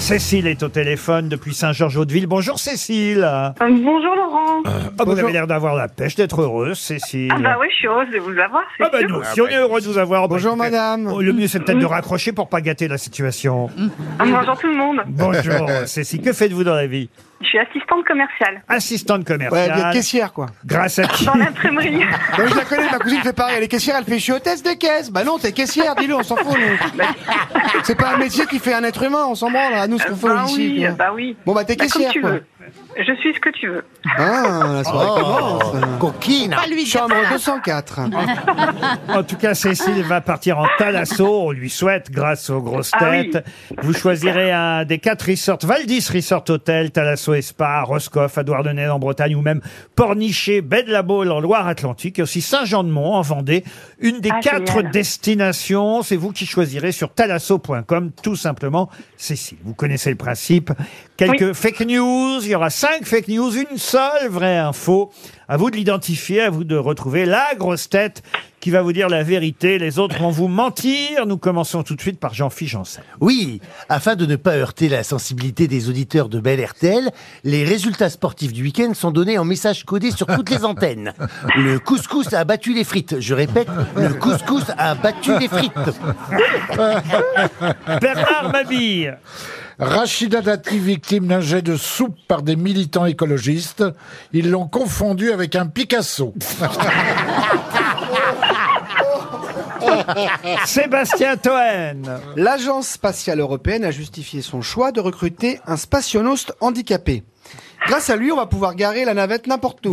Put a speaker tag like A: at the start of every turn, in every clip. A: Cécile est au téléphone depuis Saint-Georges-Hauteville. Bonjour Cécile. Ah,
B: Euh, Bonjour Laurent.
A: vous avez l'air d'avoir la pêche d'être heureuse, Cécile.
B: ah bah oui, je suis heureuse de vous avoir. c'est
A: Ah bah
B: sûr. Mm.
A: nous, si on est heureux de vous avoir.
C: Bonjour,
A: bah,
C: madame.
A: Le mieux c'est peut-être de raccrocher pour pas gâter la situation.
B: Ah, bonjour tout le monde.
A: Bonjour Cécile, que faites-vous dans la vie
B: Je suis assistante commerciale
A: Assistante
C: Ouais, elle vient
A: commerciale.
C: de caissière, quoi.
A: grâce à qui
B: dans l'imprimerie.
C: Non, Ah, mais je la connais, ma cousine fait pareil. Elle est caissière, elle fait je suis hôtesse de caisse. Bah non, t'es caissière, dis-le, on s'en fout, nous. C'est pas un métier qui fait un être humain, on s'en branle, à nous, ce qu'on fait
B: bah
C: ici.
B: oui,
C: quoi.
B: bah oui.
C: Bon, bah, t'es
B: comme
C: caissière,
B: tu
C: quoi.
B: veux. Je suis ce que tu veux.
C: Ah, la soirée commence.
D: Oh, Coquine
C: Chambre 204.
A: En tout cas, Cécile va partir en Thalasso. On lui souhaite, grâce aux grosses
B: Ah oui.
A: têtes. Vous choisirez un des quatre resorts, Valdis Resort Hotel, Thalasso et Spa, Roscoff, à Douarnenez en Bretagne, ou même Pornichet, Baie-de-la-Baule en Loire-Atlantique, et aussi Saint-Jean-de-Mont en Vendée. Une des
B: Ah,
A: quatre
B: génial.
A: destinations, c'est vous qui choisirez sur thalasso.com, tout simplement. Cécile, vous connaissez le principe. Quelques fake news, il y aura cinq fake news, une seule vraie info. À vous de l'identifier, à vous de retrouver la grosse tête qui va vous dire la vérité. Les autres vont vous mentir. Nous commençons tout de suite par Jean-Philippe Janssen.
D: Oui, afin de ne pas heurter la sensibilité des auditeurs de Bel RTL, les résultats sportifs du week-end sont donnés en messages codés sur toutes les antennes. Le couscous a battu les frites. Je répète, le couscous a battu les frites.
A: Bernard Mabille.
E: Rachida Dati, victime d'un jet de soupe par des militants écologistes. Ils l'ont confondu avec un Picasso.
A: Sébastien Toen.
C: L'Agence spatiale européenne a justifié son choix de recruter un spationaute handicapé. Grâce à lui, on va pouvoir garer la navette n'importe où.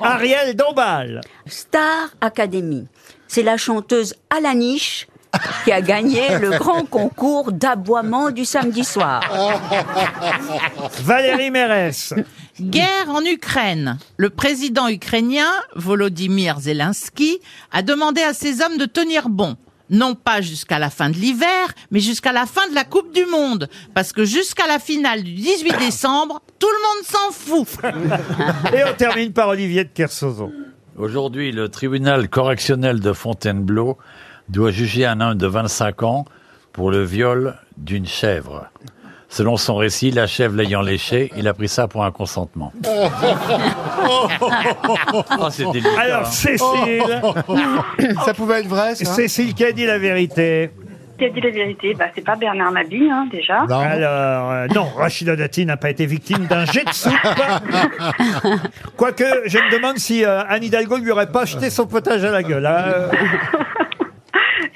A: Ariel Dombal.
F: Star Academy. C'est la chanteuse Alaniche qui a gagné le grand concours d'aboiement du samedi soir.
A: Valérie Mérès.
G: Guerre en Ukraine. Le président ukrainien, Volodymyr Zelensky, a demandé à ses hommes de tenir bon. Non pas jusqu'à la fin de l'hiver, mais jusqu'à la fin de la Coupe du Monde. Parce que jusqu'à la finale du 18 décembre, tout le monde s'en fout.
A: Et on termine par Olivier de Kersozo.
H: Aujourd'hui, le tribunal correctionnel de Fontainebleau doit juger un homme de 25 ans pour le viol d'une chèvre. Selon son récit, la chèvre l'ayant léché, il a pris ça pour un consentement. Ah, c'est délicat,
A: Alors,
H: hein.
A: Cécile.
C: Ça pouvait être vrai, ça.
A: Cécile qui a dit la vérité.
B: Qui a dit la vérité Bah c'est pas Bernard Mabille hein, déjà.
E: Non.
A: Alors, euh, non, Rachida Dati n'a pas été victime d'un jet de soupe. Quoique, je me demande si euh, Anne Hidalgo lui aurait pas jeté son potage à la gueule. hein. Euh,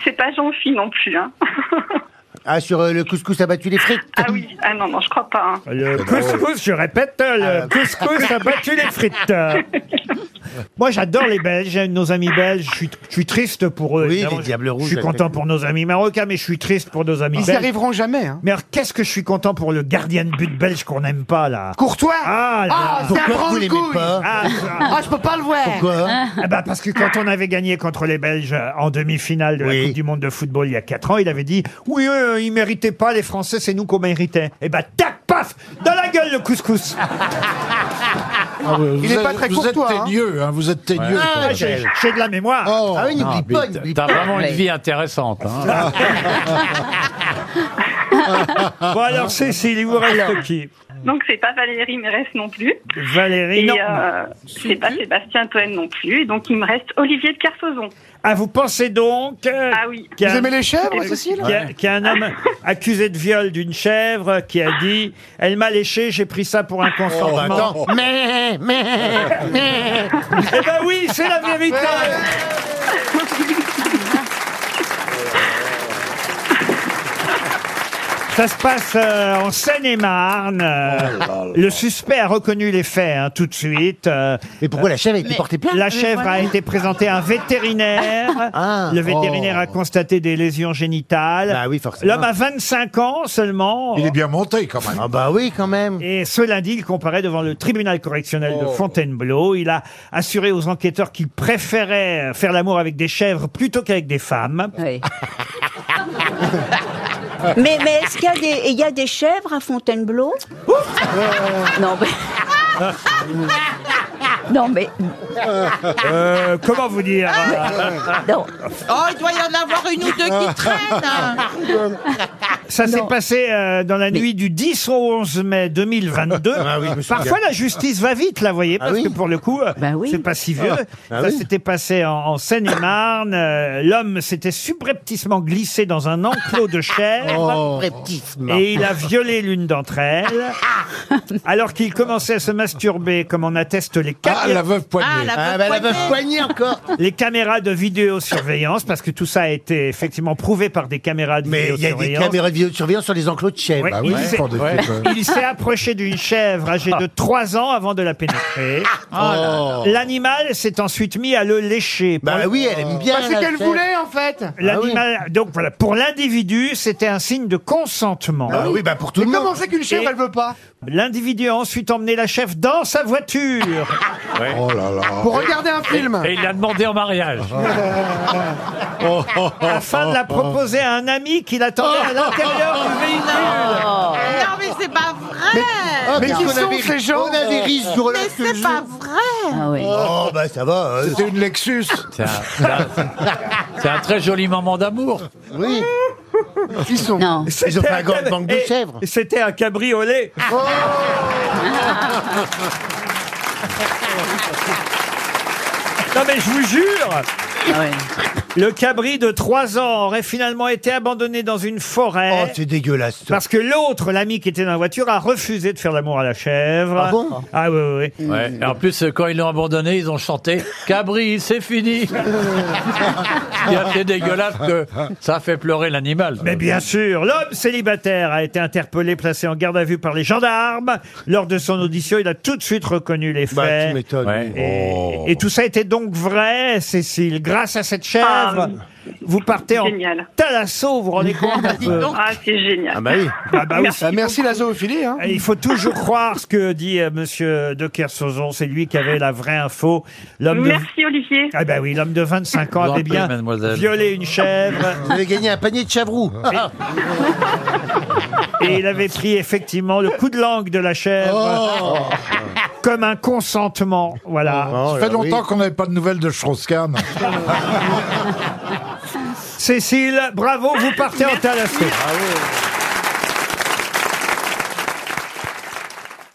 B: C'est pas Jean-Phi non plus. Hein.
D: Ah, sur euh, le couscous a battu les frites.
B: Ah oui, ah non, non, je crois pas. hein.
A: Euh, Le
D: Bah
A: couscous, je répète, euh,
D: Ah.
A: le couscous a battu les frites. Moi, j'adore les Belges, j'aime nos amis belges. Je suis, je suis triste pour eux.
D: Oui,
A: évidemment.
D: les Diables Rouges,
A: Je suis
D: elles
A: content pour nos amis marocains, mais je suis triste pour nos amis
C: Ils n'y
A: belges.
C: arriveront jamais. Hein.
A: Mais alors, qu'est-ce que je suis content pour le gardien de but belge qu'on n'aime pas, là
C: Courtois
A: Ah, là.
C: Ah, c'est un
D: Pourquoi vous
C: branle-couille
D: l'aimez pas
A: Ah, ça.
C: Ah, je peux pas le voir
D: Pourquoi
A: Ah bah parce que quand on avait gagné contre les Belges euh, en demi-finale de la
D: Oui.
A: Coupe du Monde de football il y a 4 ans, il avait dit Oui, eux, ils méritaient pas, les Français, c'est nous qu'on méritait. Et bah, tac, paf Dans la gueule, le couscous
E: Ah ouais, vous
C: est
E: êtes-
C: pas très
E: Vous êtes
C: courtois, hein.
E: teigneux, hein, vous êtes teigneux.
A: Ah,
E: quoi.
A: J'ai j'ai de la mémoire
E: Oh.
D: Ah oui, n'oublie
H: Puis
D: pas,
H: t'as-
D: n'oublie
H: T'as
D: pas.
H: vraiment une vie intéressante. hein.
A: Bon, alors, Cécile, il vous reste qui
B: Donc c'est pas Valérie Mérès non plus.
A: Valérie,
B: et
A: non.
B: euh, c'est pas Sébastien Toen non plus. Et donc il me reste Olivier de Carsozon.
A: Ah, vous pensez donc euh,
B: Ah oui.
A: qu'il y a-
C: Vous aimez les chèvres,
B: Ouais.
C: Cécile
A: qu'il y a- qu'il y a un homme accusé de viol d'une chèvre qui a dit Elle m'a léché, j'ai pris ça pour un
D: Oh, bah,
A: consentement.
D: attends. Mais, mais, mais.
A: eh ben oui, c'est la vérité Ça se passe euh, en Seine-et-Marne. euh,
C: Oh
A: le suspect a reconnu les faits hein, tout de suite. euh,
D: Mais pourquoi la chèvre a été
G: Mais-
D: portée plainte
A: la chèvre a été présentée à un vétérinaire.
D: Ah,
A: le vétérinaire
D: oh.
A: a constaté des lésions génitales.
D: Bah oui, forcément.
A: L'homme a 25 ans seulement.
E: Il est bien monté quand même.
D: Ah bah oui, quand même.
A: Et ce lundi, il comparait devant le tribunal correctionnel
D: Oh.
A: de Fontainebleau. Il a assuré aux enquêteurs qu'il préférait faire l'amour avec des chèvres plutôt qu'avec des femmes.
F: Oui. Mais, mais est-ce qu'il y, a des- il y a des chèvres à Fontainebleau Non, mais... Non, mais.
A: Euh, comment vous dire
D: Ah,
A: hein
F: Non.
G: Oh, il doit y en avoir une ou deux qui traînent.
A: Ça s'est passé euh, dans la nuit du 10 au 11 mai 2022.
D: Ah
A: Parfois, la justice va vite, là, vous voyez, parce que pour le coup, euh,
F: Bah oui.
A: c'est pas si
D: Ah.
A: vieux. ça s'était passé en, en Seine-et-Marne. Euh, L'homme s'était subrepticement glissé dans un enclos de
D: Oh,
A: chèvres et il a violé l'une d'entre elles. Alors qu'il commençait à se masturber, comme en attestent les
E: Ah,
A: caméras.
E: la veuve
G: Ah,
E: poignée.
G: la
D: Ah,
G: veuve
D: bah, la
G: poignée.
D: veuve poignée encore.
A: les caméras de vidéosurveillance, parce que tout ça a été effectivement prouvé par des caméras de
D: Mais il y a des
A: vidéosurveillance.
D: caméras de vidéosurveillance sur les enclos de chèvres.
A: Ouais,
E: Bah oui,
A: il
E: ils
A: s'est-
E: font des
A: ouais.
E: trucs,
A: il s'est approché d'une chèvre âgée de 3 ans avant de la pénétrer.
E: Ah.
A: Oh.
E: Oh.
A: L'animal s'est ensuite mis à le lécher. Pour
D: Bah oui, elle aime bien.
C: Bah, c'est
D: la
C: qu'elle
D: chèvre.
C: voulait, en fait.
A: L'animal, donc voilà, pour l'individu, c'était un signe de consentement.
D: Bah oui, bah pour tout
C: Et
D: le
C: comment
D: monde.
C: on sait qu'une chèvre,
A: Et-
C: elle veut pas
A: L'individu a ensuite emmené la chèvre dans sa voiture.
E: Oh là là.
C: Pour regarder un film.
H: Et il l'a demandé en mariage.
E: Oh.
A: afin de la proposer à un ami qui l'attendait à l'intérieur du véhicule.
G: Non, mais c'est pas vrai.
D: Ah,
C: Mais
D: parce
C: qui
D: qu'on
C: sont
D: avait-
C: ces gens
D: On a des risques sur
G: Mais c'est pas vrai.
F: Ah oui.
D: Oh, bah ça va. euh,
E: C'était une Lexus.
H: C'est un, c'est un- c'est un très joli moment d'amour.
D: oui.
C: Qui sont
F: Non.
D: Ils ont fait un gang bang de
A: Et-
D: chèvres. Ah.
A: et C'était un cabriolet. Oh. non mais je vous jure,
F: Ah oui.
A: le cabri de 3 ans aurait finalement été abandonné dans une
D: Oh,
A: forêt.
D: c'est dégueulasse. ça.
A: parce que l'autre, l'ami qui était dans la voiture, a refusé de faire l'amour à la chèvre.
D: Ah bon
A: Ah oui, oui, oui.
H: Ouais. Et en plus, euh, quand ils l'ont abandonné, ils ont chanté Cabri, c'est fini. C'est assez dégueulasse que ça a fait pleurer l'animal.
A: Mais bien sûr, l'homme célibataire a été interpellé, placé en garde à vue par les gendarmes. Lors de son audition, il a tout de suite reconnu les faits.
D: Bah, tu m'étonnes.
H: Ouais.
A: Et, et tout ça était donc vrai, Cécile. Grâce à cette chèvre,
B: Ah.
A: vous partez en
B: Génial.
A: talasso, vous vous rendez compte un peu
B: Ah, c'est génial.
D: Ah bah oui.
A: Ah bah oui.
C: Bah, Merci la zoophilie. Hein.
A: Et Il faut toujours croire ce que dit euh, Monsieur de Kersozon. C'est lui qui avait la vraie info. L'homme de...
B: Merci Olivier.
A: Ah bah oui, l'homme de 25 ans
H: Vous en
A: avait
H: prie,
A: bien
H: mademoiselle.
A: violé une chèvre
D: Vous avez gagné un panier de chavroux.
A: et il avait pris effectivement le coup de langue de la chèvre
H: Oh.
A: comme un consentement. Voilà.
C: Oh,
E: Ça fait longtemps qu'on n'avait pas de nouvelles de Strauss-Kahn.
A: Cécile, bravo, vous partez en talasso.